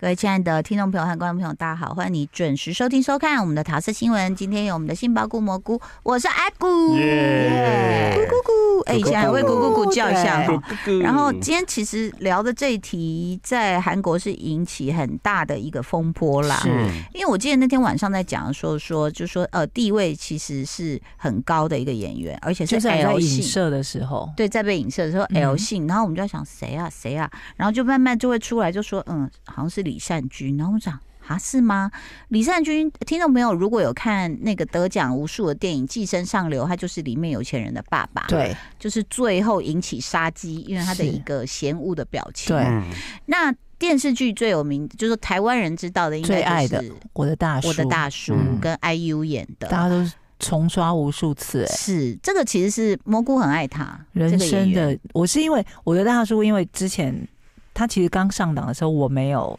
各位亲爱的听众朋友和观众朋友，大家好，欢迎你准时收听收看我们的桃色新闻。今天有我们的杏鲍菇蘑菇，我是阿菇，耶咕咕咕，哎，以前还会咕咕哦咕叫一下咕哈。咕咕然后今天其实呃聊的这一题，在韩国是引起很大的一个风波啦。嗯因为我记得那天晚上在讲说说，就说呃，地位其实是很高的一个演员，而且是就是还在 L 影姓。射的时候，对，在被影射的时候嗯 L 姓，然后我们就在想谁啊谁啊，然后就慢慢就会出来就说，嗯，好像是李善均，然后我们想。啊，是吗？李善均，听众朋友如果有看那个得奖无数的电影《寄生上流》，他就是里面有钱人的爸爸，，对就是最后引起杀机，因为他的是一个嫌恶的表情。对嗯那电视剧最有名，就是台湾人知道的，应该最爱就的是我的大叔，我的大叔嗯跟 IU 演的，大家都重刷无数次、哎，是这个其实是蘑菇很爱他，人这个演生员的我是因为我的大叔，因为之前他其实刚上档的时候，我没有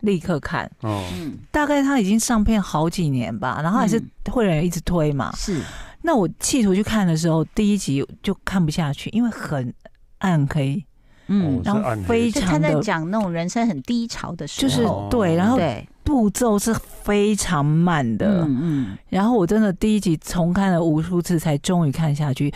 立刻看，哦，嗯大概他已经上片好几年吧，然后还是嗯会有人一直推嘛。是那我企图去看的时候，第一集就看不下去，因为很暗黑，嗯哦是然暗黑后非就他常在的讲那种人生很低潮的时就候，是哦对，然后对步骤是非常慢的，嗯然后我真的第一集重看了无数次，才终于看下去。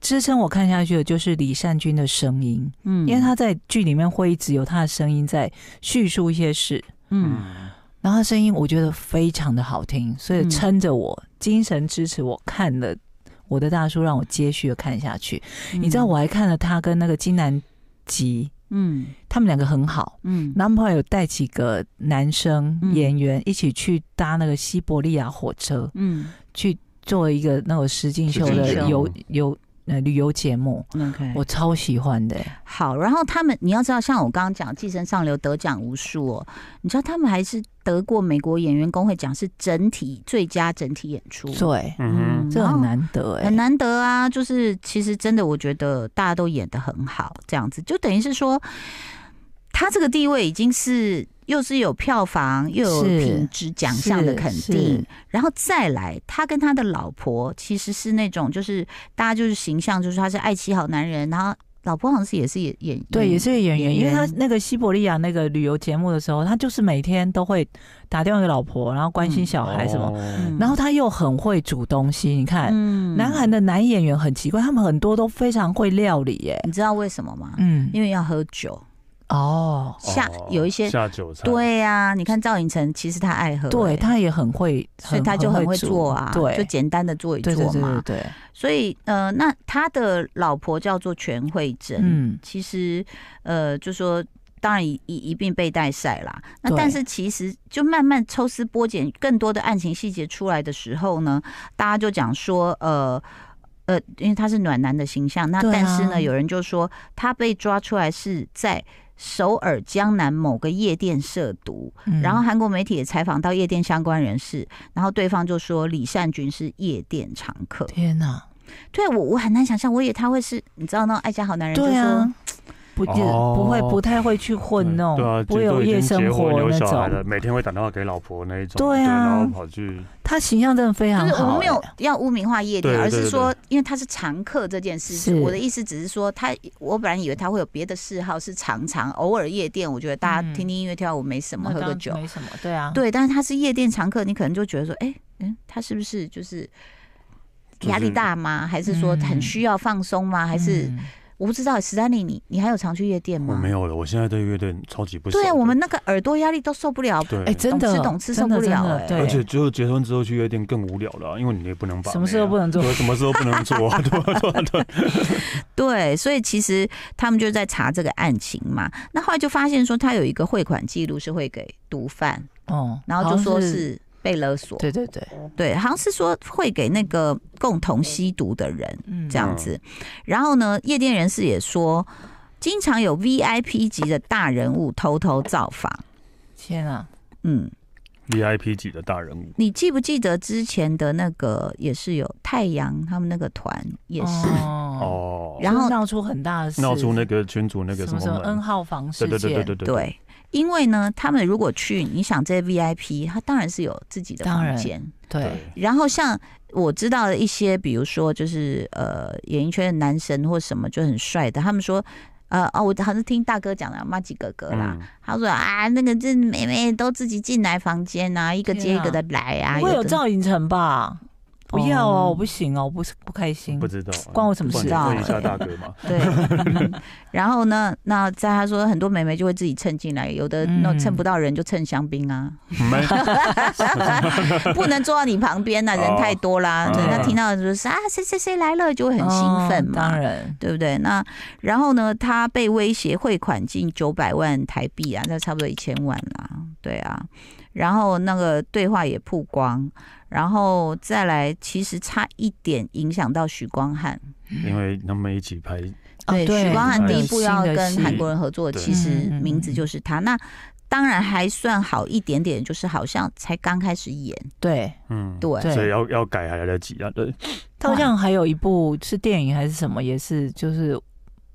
支撑我看下去的就是李善均的声音，嗯因为他在剧里面会一直有他的声音在叙述一些事，嗯嗯然后他声音我觉得非常的好听，所以嗯撑着我，精神支持我看了我的大叔，让我接续的看下去。你知道我还看了他跟那个金南吉，嗯他们两个很好，嗯然后后来有带几个男生嗯演员一起去搭那个西伯利亚火车，嗯去做一个那个实境秀实的境秀游游呃旅游节目， ，OK，我超喜欢的、嗯好。然后他们你要知道，像我刚刚讲《寄生上流》得奖无数哦，你知道他们还是得过美国演员工会奖，是整体最佳整体演出，对，嗯这然后很难得哎、很难得啊！就是其实真的，我觉得大家都演的很好，这样子就等于是说，他这个地位已经是又是有票房又有是品质奖项的肯定是，然后再来他跟他的老婆其实是那种就是大家就是形象就是他是爱妻好男人，然后老婆好像是也是演演对，也是个演员，演因为他员那个西伯利亚那个旅游节目的时候，他就是每天都会打电话给老婆，然后关心小孩什么，么然后他又很会煮东西。你看，嗯南韩的男演员很奇怪，他们很多都非常会料理耶、你知道为什么吗？嗯，因为要喝酒，哦，下有一些下酒菜，对呀、你看赵寅成其实他爱喝、对欸他也很会，所以他就很很会煮做啊，对，就简单的做一做对对嘛。对对对，所以呃，那他的老婆叫做全慧珍，嗯，其实呃，就说。当然一一一并被带晒啦，那对但是其实就慢慢抽丝剥茧，更多的案情细节出来的时候呢，大家就讲说，呃呃，因为他是暖男的形象，那对啊但是呢，有人就说他被抓出来是在首尔江南某个夜店涉毒，嗯然后韩国媒体也采访到夜店相关人士，然后对方就说李善均是夜店常客。天哪、对我我很难想象，我以为他会是你知道那种爱家好男人，对哎就啊说，不就哦不会不太会去混那对啊，种，不会有都已经夜生结婚活有那小孩了种。每天会打电话给老婆那一种，对啊然后跑去他形象真的非常就是我好们没有欸，要污名化夜店，对而对是对说因为他是常客这件事情。是我的意思只是说他，我本来以为他会有别的嗜好，是常常偶尔夜店，我觉得大家嗯听听音乐、跳舞没什么，那喝当个然酒。嗯没什么，对啊，对，但是他是夜店常客，你可能就觉得说，哎、嗯，他是不是就是就是压力大吗？还是说很嗯需要放松吗？还是嗯我不知道，史丹利，你你还有常去夜店我吗？没有了，我现在对乐队超级不熟的。对啊，我们那个耳朵压力都受不了。对，哎，真的懂吃懂吃真的受不了真的欸对，而且只有结婚之后去夜店更无聊了啊，因为你也不能把什么事都不能做对，什么事都不 能做， 对吧？对吧对吧，对，所以其实他们就在查这个案情嘛。那后来就发现说，他有一个汇款记录是会给毒贩，哦，然后好就像说，是被勒索，对对对，对，好像是说会给那个共同吸毒的人嗯这样子。然后呢，夜店人士也说，经常有 VIP 级的大人物偷偷造访。天啊，嗯， VIP 级的大人物，你记不记得之前的那个也是有太阳他们那个团也是，哦，哦，然后就是闹出很大的事闹出那个群主那个什么什么么 N 门，号房事对对对对件，对对，对，因为呢，他们如果去，你想这些 VIP，他当然是有自己的当房然间。对，然后像我知道的一些，比如说就是呃，演艺圈的男神或什么就很帅的，他们说。呃哦，我好像听大哥讲的，妈吉哥哥啦，嗯他说啊，那个这妹妹都自己进来房间啊，一个接一个的来啊，会有的赵寅成吧？不要哦哦，我不行哦，我不不开心不。知道啊，关我什么不然事啊你问一下大哥 嘛。对， 然后呢，那在他说很多妹妹就会自己蹭进来，有的嗯那蹭不到人就蹭香槟啊，没， 不能坐到你旁边呐、哦人太多啦。嗯对，他听到就是啊，谁谁谁来了，就会很兴奋哦嘛，当然，对不对？那然后呢，他被威胁汇款近九百万台币啊，那差不多一千万啦，对啊。然后那个对话也曝光，然后再来，其实差一点影响到许光汉。因为他们一起拍，啊对，许光汉第一部要跟韩国人合作，对其实名字就是他。那当然还算好一点点，就是好像才刚开始演，对，嗯，对对所以要要改还来得及啊。对，他好像还有一部是电影还是什么，也是就是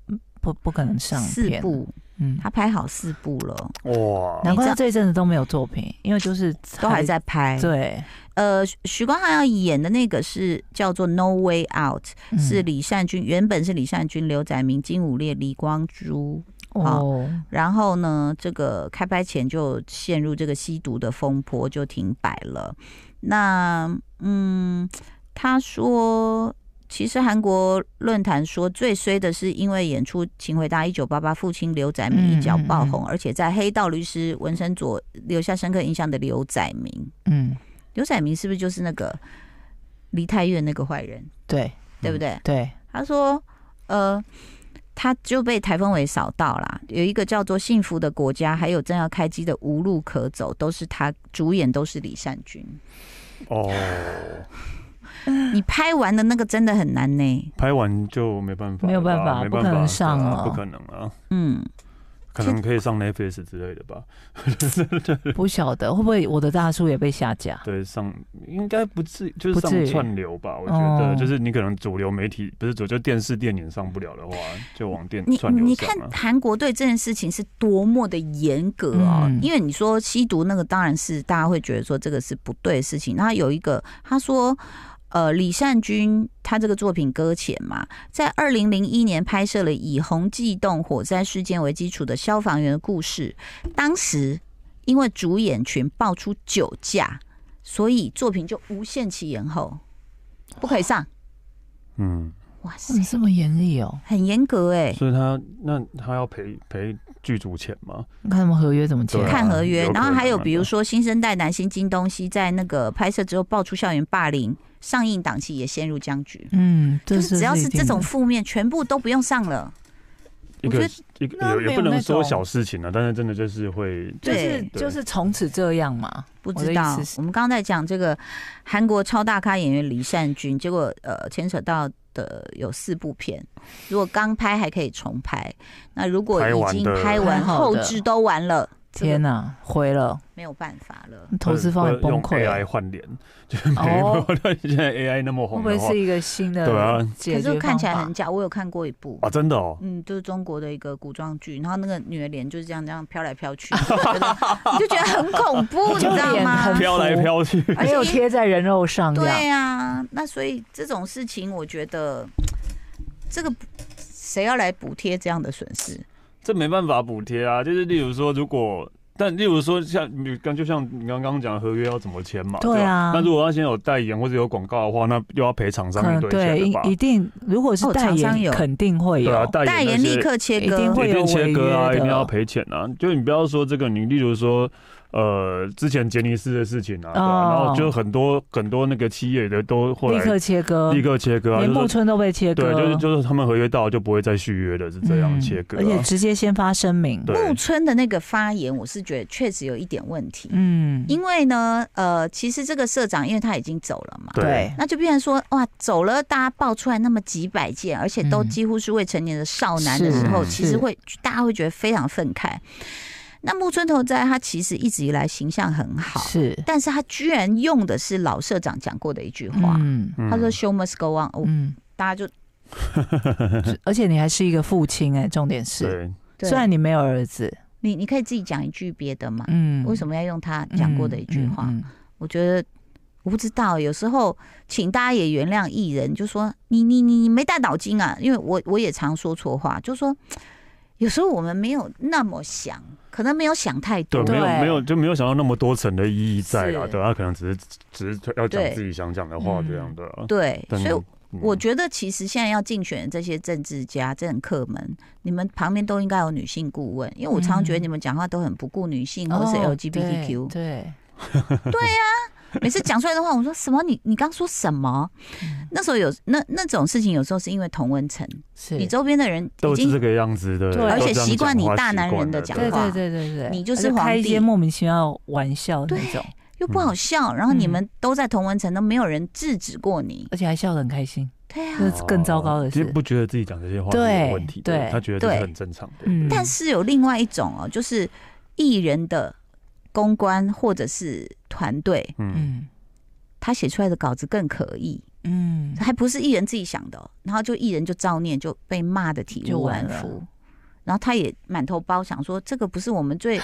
嗯不不可能上四片，部，嗯，他拍好四部了，哇，难怪他这一阵子都没有作品，因为就是都还在拍。对，呃，许许光汉要演的那个是叫做《No Way Out》，嗯是李善均，原本是李善均、刘载明、金武烈、李光洙。哦，然后呢，这个开拍前就陷入这个吸毒的风波，就停摆了。那嗯，他说，其实韩国论坛说最衰的是因为演出《请回答一九八八》，父亲刘载明一角爆红，而且在黑道律师文森佐留下深刻印象的刘载明，嗯，刘载明是不是就是那个梨泰院那个坏人，对对不对？对，他说，呃，他就被台风尾扫到啦，有一个叫做《幸福的国家》，还有正要开机的《无路可走》，都是他主演，都是李善均。哦，你拍完的那个真的很难呢、拍完就没办法了吧，没有办法没不可办能法上对啊了不可能啊，嗯，可能可以上 Netflix 之类的吧。 不晓得会不会我的大叔也被下架？对，上应该不至就是不至于上串流吧，我觉得、哦就是你可能主流媒体不是主就电视电影上不了的话，就往电你串流你上看啊。韩国对这件事情是多么的严格哦，嗯因为你说吸毒那个当然是大家会觉得说这个是不对的事情。那有一个他说。呃，李善均他这个作品《搁浅》嘛，在二零零一年拍摄了以洪济洞火灾事件为基础的消防员的故事。当时因为主演群爆出酒驾，所以作品就无限期延后，不可以上。嗯，哇塞你，这么严厉哦？很严格哎、所以他那他要赔赔剧组钱吗？你看他们合约怎么签对啊？看合约有，可然后还有能啊比如说新生代男星金东西在那个拍摄之后爆出校园霸凌，上映档期也陷入僵局。嗯，这就是只要一是这定种的负面，全部都不用上了。一我觉个得一个那也没也有不那能说种小事情啊，但是真的就是会就是对就是从此这样嘛。不我的知意道思，是我们刚刚在讲这个韩国超大咖演员李善均，结果呃牵扯到的有四部片，如果刚拍还可以重拍，那如果拍已完经的拍完拍好后的置都完了，这个天哪，毁了，没有办法了。投资方也崩溃来了。换脸，就是没有哦。 现在 AI 那么会红不的会话是一个新的对啊可解决是看起来方法很假，我有看过一部啊，真的哦，嗯，就是中国的一个古装剧，然后那个女的脸就是这样这样飘来飘 去，你就觉得你就觉得很恐 怖，你知就道脸吗很？飘来服飘 去，而没且有一贴在人肉上这样。对啊，那所以这种事情，我觉得这个谁要来补贴这样的损失？这没办法补贴啊。就是例如说，如果但例如说像你刚就像你刚刚讲合约要怎么签嘛，对吧啊那如果要先有代言或者有广告的话，那又要赔厂商可一能堆对，钱的吧一？一哦定，如果是哦代厂商言，有肯定会对啊，有。代言代言那些立刻切一定割，会一有定切割啊，违约的一定要赔钱啊！就你不要说这个，你例如说，呃，之前杰尼斯的事情啊，对啊哦然后就很多很多那个企业的都后立来刻切割，立刻切割啊，连就木是村都被切割，对，就是就是他们合约到就不会再续约了，是这样嗯切割、啊而且直接先发声明。对木，村的那个发言，我是觉得确实有一点问题，嗯，因为呢，呃，其实这个社长因为他已经走了嘛，对对，那就变成说，哇，走了，大家爆出来那么几百件，而且都嗯几乎是未成年的少男的是时候，嗯其实是会大家会觉得非常愤慨。那木村拓哉他其实一直以来形象很好，是，但是他居然用的是老社长讲过的一句话，嗯嗯他说 “Show must go on”，、哦、 嗯，大家就而且你还是一个父亲哎，重点是，对，对虽，然你没有儿子，你你可以自己讲一句别的嘛，嗯，为什么要用他讲过的一句话？嗯嗯嗯我觉得我不知道，有时候请大家也原谅艺人，就说你你你你没带脑筋啊，因为我我也常说错话，就说有时候我们没有那么想，可能没有想太对，多。没有对没有就没有想到那么多层的意义在啦，是对，他可能只是只是要讲对自己想讲的话嗯这样的啊。对，但所以嗯我觉得其实现在要竞选的这些政治家、政客们，你们旁边都应该有女性顾问，因为我常常觉得嗯你们讲话都很不顾女性哦或是 LGBTQ，、对，每次讲出来的话，我说什么？你你刚说什 么？嗯那时候有那那种事情，有时候是因为同温层，是，你周边的人已都是经这个样子的，对都而且这样习惯你讲话大男习惯人的了讲对对话对对对对，你就是而且开一皇帝些莫名其妙玩笑那对种，又不嗯好笑，然后嗯你们都在同温层，都没有人制止过你。而且还笑得很开心。对啊，这嗯是更糟糕的其实事不觉得自己讲这些话是对有问题的，对他觉得这对是很正常的。嗯但是有另外一种哦，就是艺人的公关或者是团队，嗯，嗯他写出来的稿子更可疑，嗯，还不是艺人自己想的哦、然后就艺人就照念，就被骂的体就无完完了肤。然后他也满头包，想说这个不是我们最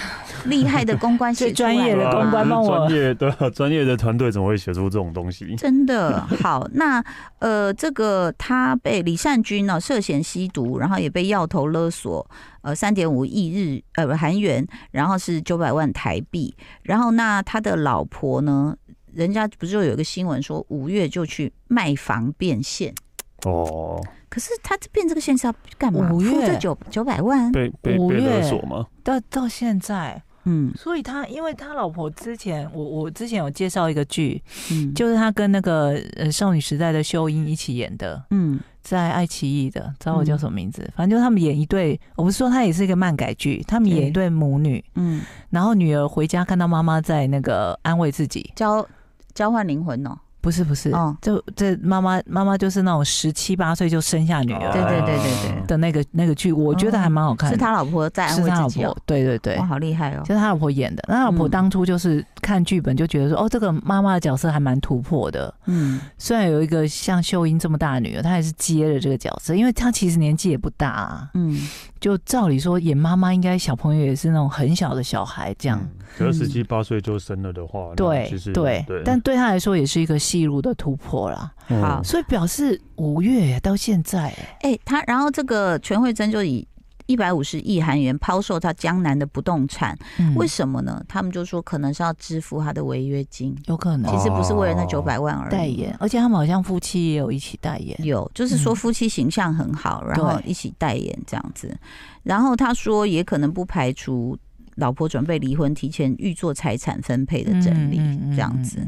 厉害的公关写 最出来嗯专业的的吗公关帮我啊专业的 专业的团队怎么会写出这种东 西？ 真的好，那呃，这个他被李善均呢、涉嫌吸毒，然后也被要头勒索，呃，三点五亿日呃不韩元，然后是九百万台币，然后那他的老婆呢，人家不就有一个新闻说五月就去卖房变现，哦，可是他变这个现是要干嘛？五月付这九九百万，被被五被月勒索吗？到到现在，嗯所以他因为他老婆之前，我我之前有介绍一个剧，嗯，就是他跟那个呃少女时代的秀英一起演的，嗯在爱奇艺的，知道我叫什么名字？反正就他们演一对，我不是说他也是一个漫改剧，他们演一对母女，嗯然后女儿回家看到妈妈在那个安慰自己，交交换灵魂哦，不是不是，哦就这妈妈妈妈就是那种十七八岁就生下女啊儿对对对对嗯对的那个那个剧，我觉得还蛮好看的，是他老婆在安是慰他老自己婆哦，，对对对哇，。好厉害哦，就是他老婆演的，那他老婆嗯当初就是看剧本就觉得说，哦，这个妈妈的角色还蛮突破的。嗯虽然有一个像秀英这么大的女儿，她还是接了这个角色，因为她其实年纪也不大啊。嗯。就照理说，演妈妈应该小朋友也是那种很小的小孩这样。嗯，只要十七八岁就生了的话，那对其实嗯对对，，但对她来说也是一个戏路的突破啦，嗯好所以表示五月到现在，哎、他然后这个全慧珍就以一百五十亿韩元抛售他江南的不动产，嗯为什么呢？他们就说可能是要支付他的违约金，有可能其实不是为了那哦九百万而已。代言？而且他们好像夫妻也有一起代言，有，就是说夫妻形象很好，然后对一起代言这样子。然后他说也可能不排除老婆准备离婚，提前预做财产分配的整理嗯嗯嗯这样子。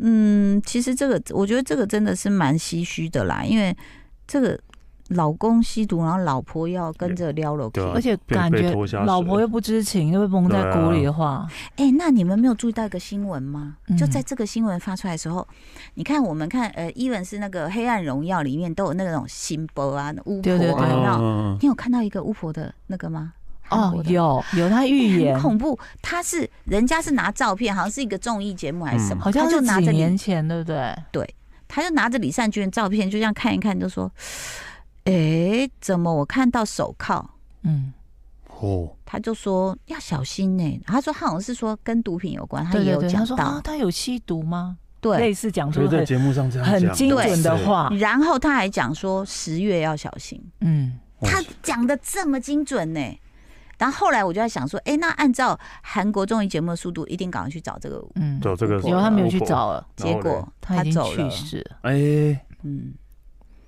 嗯，其实这个我觉得这个真的是蛮唏嘘的啦，因为这个老公吸毒，然后老婆要跟着撩楼梯。对啊而且被感被觉拖下水老婆又不知情，又被蒙在鼓里的话，哎、那你们没有注意到一个新闻吗？嗯就在这个新闻发出来的时候，你看我们看呃，伊文是那个《黑暗荣耀》里面都有那种新波啊、巫婆对啊，对对有没有嗯你有看到一个巫婆的那个吗？韩哦国，的有有他预欸言很，恐怖，她是人家是拿照片，好像是一个综艺节目还是什么，嗯好像她就是拿几着年李，前，对不对？她就拿着李善均的照片，就这样看一看，就说：“ 哎、怎么我看到手铐嗯，哦，她就说要小心呢、她说她好像是说跟毒品有关，她对也对有对，他讲说啊到，，他有吸毒吗？对。类似讲所以出在很节目上这样很讲精准的，话，然后她还讲说十月要小心，嗯，哇她讲的这么精准呢、然后后来我就在想说，哎，那按照韩国综艺节目的速度，一定赶快去找这个。嗯，对这个有他们有去找了，然结后嘞果他她已走经了去，世了，哎嗯，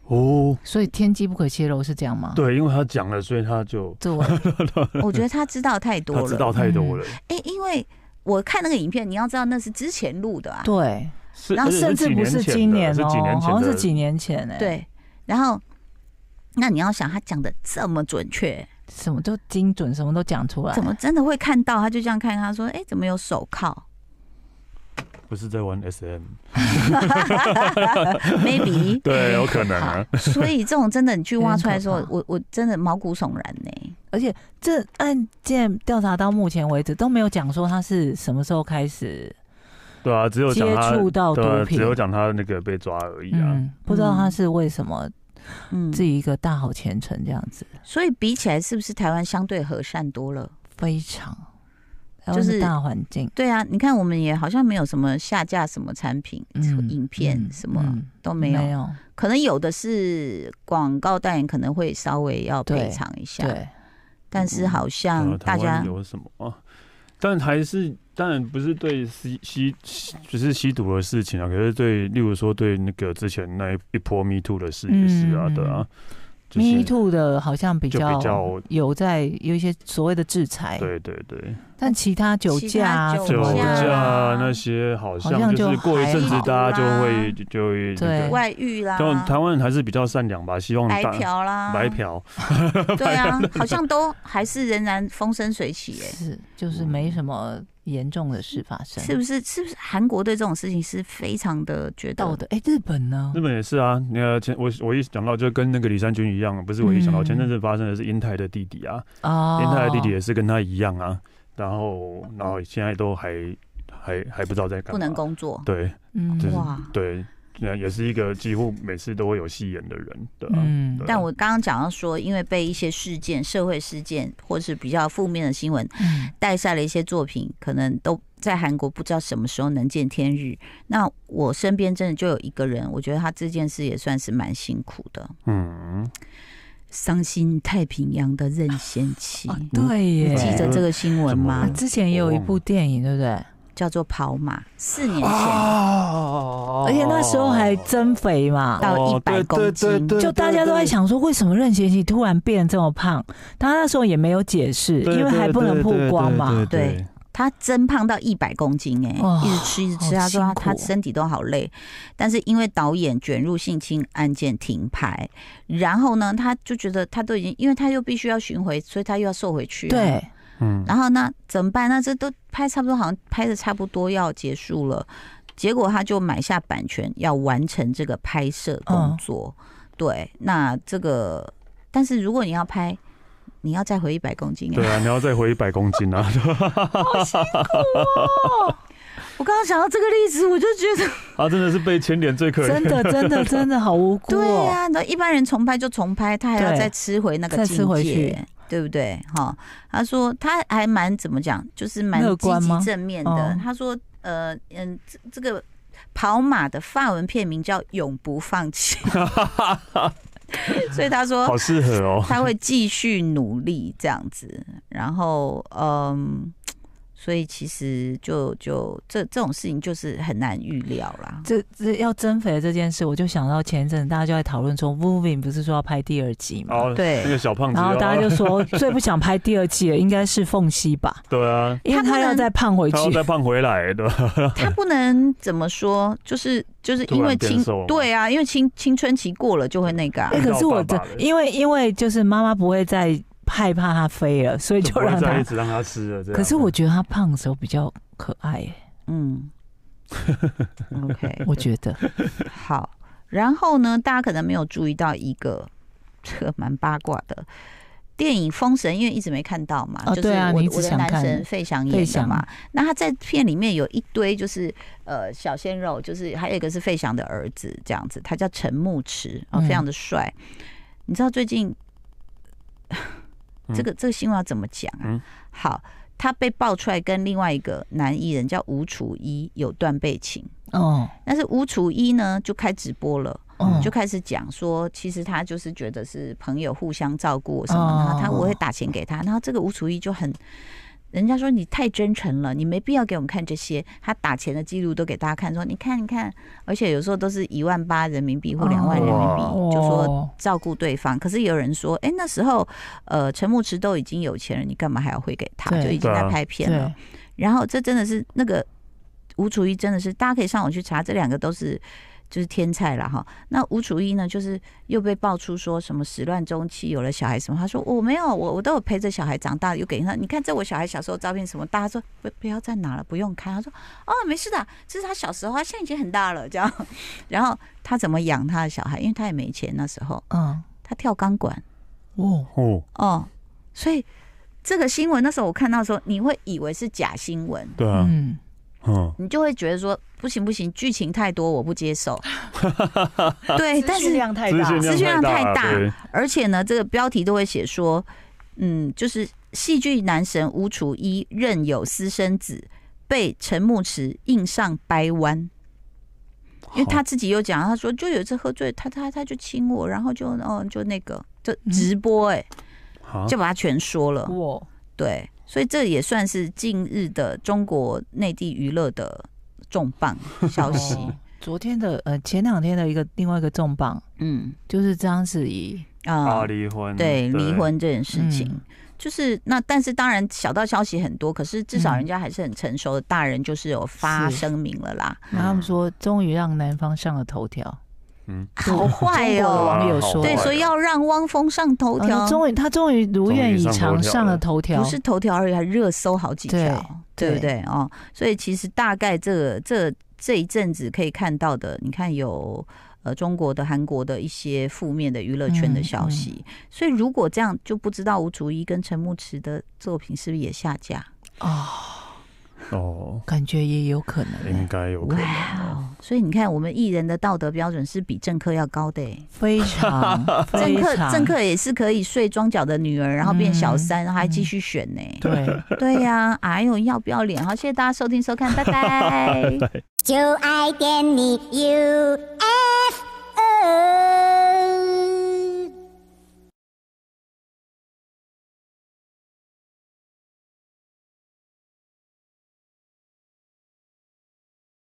哦，所以天机不可泄露是这样吗？，对，因为他讲了，所以他就对， 我觉得他知道太多 他了。知道太嗯多了，哎、因为我看那个影片，你要知道那是之前录的啊。 对，是然后而且甚至几不年是前今的年是哦几年，前好像是的几年前哎，对，，然后那你要想，他讲的这么准确，什么都精准，什么都讲出来，怎么真的会看到？他就这样看，他说：“哎、怎么有手 铐不是在玩 SM， ？Maybe。对，有可能啊，”所以这种真的，你去挖出来的时候有，点可怕我我真的毛骨悚然呢、而且这案件调查到目前为止都没有讲说他是什么时候开始对啊，只有讲接他触到毒对啊，品只有讲他那个被抓而已啊，嗯，不知道他是为什么嗯自，己一个大好前程这样子，所以比起来，是不是台湾相对和善多了？非常，就是台湾的大环境，对啊，你看我们也好像没有什么下架什么产品、嗯影片嗯什么、嗯都没没有。有，可能有的是广告代言可能会稍微要赔偿一下，对，嗯但是好像呃大台家湾有什么啊？但还是当然不是对吸吸吸只是吸毒的事情啊，可是对，例如说对那个之前那一一波 Me Too 的事也是啊，嗯对啊、就是 Me Too 的好像比就比较较有在有一些所谓的制裁，对对对，但其他酒其驾他啊酒什酒么驾的，驾那些好啊好像像就是过一阵子还好大家就啦会就就会那对啊个，外遇啦，但台湾人还是比较善良吧，希望白大嫖啦，白，嫖对啊，好像都还是仍然风生水起哎、是就是没什么严重的事发生。是不是？是不是韩国对这种事情是非常的觉道得德哎，日本呢日？本也是啊，那个前我我一想到就跟那个李三军一样，不是我一想到嗯前阵子发生的是英泰的弟弟啊，哦，英泰的弟弟也是跟他一样啊，然后然后现在都还还还不知道在干嘛，不能工作？对嗯就是哇！对，那也是一个几乎每次都会有戏演的人，对啊，嗯对啊但我刚刚讲到说，因为被一些事件、社会事件或是比较负面的新闻嗯带下了一些作品，可能都在韩国不知道什么时候能见天日。那我身边真的就有一个人，我觉得他这件事也算是蛮辛苦的，嗯，伤心太平洋的任贤齐。哦对耶，啊记得这个新闻吗怎么？了之前也有一部电影，对不对？叫做《跑马》，四年前、哦而且那时候还增肥嘛，到哦100对公斤对对对就大家都在想说，为什么任贤齐突然变这么胖？他那时候也没有解释，对对因为还不能曝光嘛。对对对他增胖到一百公斤、哎、哇一直吃一直吃，好他说他辛苦他身体都好累，但是因为导演卷入性侵案件停拍，然后呢，他就觉得他都已经，因为他又必须要巡回，所以他又要瘦回去、，啊对，嗯，然后呢，怎么办？那这都拍差不多，好像拍的差不多要结束了，结果他就买下版权，要完成这个拍摄工作。对，那这个，但是如果你要拍，你要再回一百公斤、哎对啊，你要再回一百公斤啊，我刚刚想到这个例子，我就觉得。他真的是被牵连最可怜真。的真的真的好无辜 对啊哦。呀、那一般人重拍就重拍，他还要对再吃回那个再境吃回界，对不对？哈，他说他还蛮怎么讲，就是蛮乐积观吗极正面的。哦他说，呃，嗯，这这个跑马的法文片名叫《永不放 弃》，所以他说好适合哦，他会继续努力这样子，然后嗯。所以其实就就这这种事情就是很难预料啦。这这要增肥这件事，我就想到前一阵大家就在讨论说 v o v i n 不是说要拍第二季嘛，哦，对那个小胖子哦然要，后大家就说最不想拍第二季的应该是凤熙吧，对啊，因为他不他要能再胖回去他。要再胖回来，对吧？ 他不能怎么说，就是就是因为突青然变瘦吗对啊，因为青青春期过了就会那个、啊哎、，可是我这到爸爸了因为因为就是妈妈不会再害怕他飞了，所以就就不会让再他一 直让他吃了。这样可是我觉得他胖的时候比较可 爱耶，嗯，OK，我觉得好。然后呢，大家可能没有注意到一个这个蛮八卦的电影《封神》，因为一直没看到嘛，哦就是对啊我你一的直我的想男看神费翔费演的翔嘛。那他在片里面有一堆就是呃小鲜肉，就是还有一个是费翔的儿子这样子，他叫陈牧驰，哦，嗯非常的帅。你知道最近 这个这个新闻要怎么讲啊？嗯好，他被爆出来跟另外一个男艺人叫吴楚一有段被情，哦但是吴楚一呢就开直播了，哦，嗯就开始讲说，其实他就是觉得是朋友互相照顾什么，哦然后他我会打钱给他，然后这个吴楚一就很。人家说你太真诚了，你没必要给我们看这些。他打钱的记录都给大家看，说你看你看，而且有时候都是一万八人民币或两万人民币，哦就说照顾对方。可是也有人说，哎、那时候呃，陈牧驰都已经有钱了，你干嘛还要汇给他？对就已经在拍片了。对，然后这真的是那个吴楚一，真的是大家可以上网去查，这两个都是就是天才了哈。那吴楚一呢，就是又被爆出说什么始乱终弃，有了小孩什么，他说哦我、没有，啊我我都有陪着小孩长大，有给他，你看这我小孩小时候照片什么，大家说不不要再拿了，不用看。他说哦没事的，这是他小时候，他现在已经很大了这样。然后他怎么养他的小孩？因为他也没钱那时候，嗯，他跳钢管哦，哦，哦，所以。这个新闻那时候我看到的时候，你会以为是假新闻，对啊，嗯，嗯，你就会觉得说不行不行，剧情太多，我不接受。对，哎但是量太资讯资讯量量太大太大，对而且呢，这个标题都会写说，嗯，就是戏剧男神吴楚一任有私生子，被陈牧驰硬上掰弯。因为他自己有讲，他说就有一次喝醉，他他他就亲我，然后就哦就那个就直播哎、好啊就把它全说了。哇，对，所以这也算是近日的中国内地娱乐的重磅消息。哦昨天的呃前两天的一个另外一个重磅嗯就是张子怡，啊啊，离婚，对离婚这件事情。嗯就是那，但是当然小道消息很多，可是至少嗯人家还是很成熟的大人，就是有发是声明了啦。然后他们说终于让男方上了头条，嗯，好坏中国哦，网友说对，坏所以要让汪峰上头条，哦呃终于他终于如愿以偿终于上头条了上了头条，不是头条而已，还热搜好几条，对对不对哦？所以其实大概这个这这一阵子可以看到的，你看有呃中国的、韩国的一些负面的娱乐圈的消息，所以如果这样，就不知道吴竹一跟陈牧驰的作品是不是也下架？啊、哦，感觉也有可能欸、应该有可能哦。哦所以你看，我们艺人的道德标准是比政客要高的、欸，非常 政非客常政客也是可以睡庄脚的女儿，然后变小三，然后还继嗯续选呢、对。对呀、哎呦，要不要脸？好，谢谢大家收听收看，拜拜。就爱点你 UFO。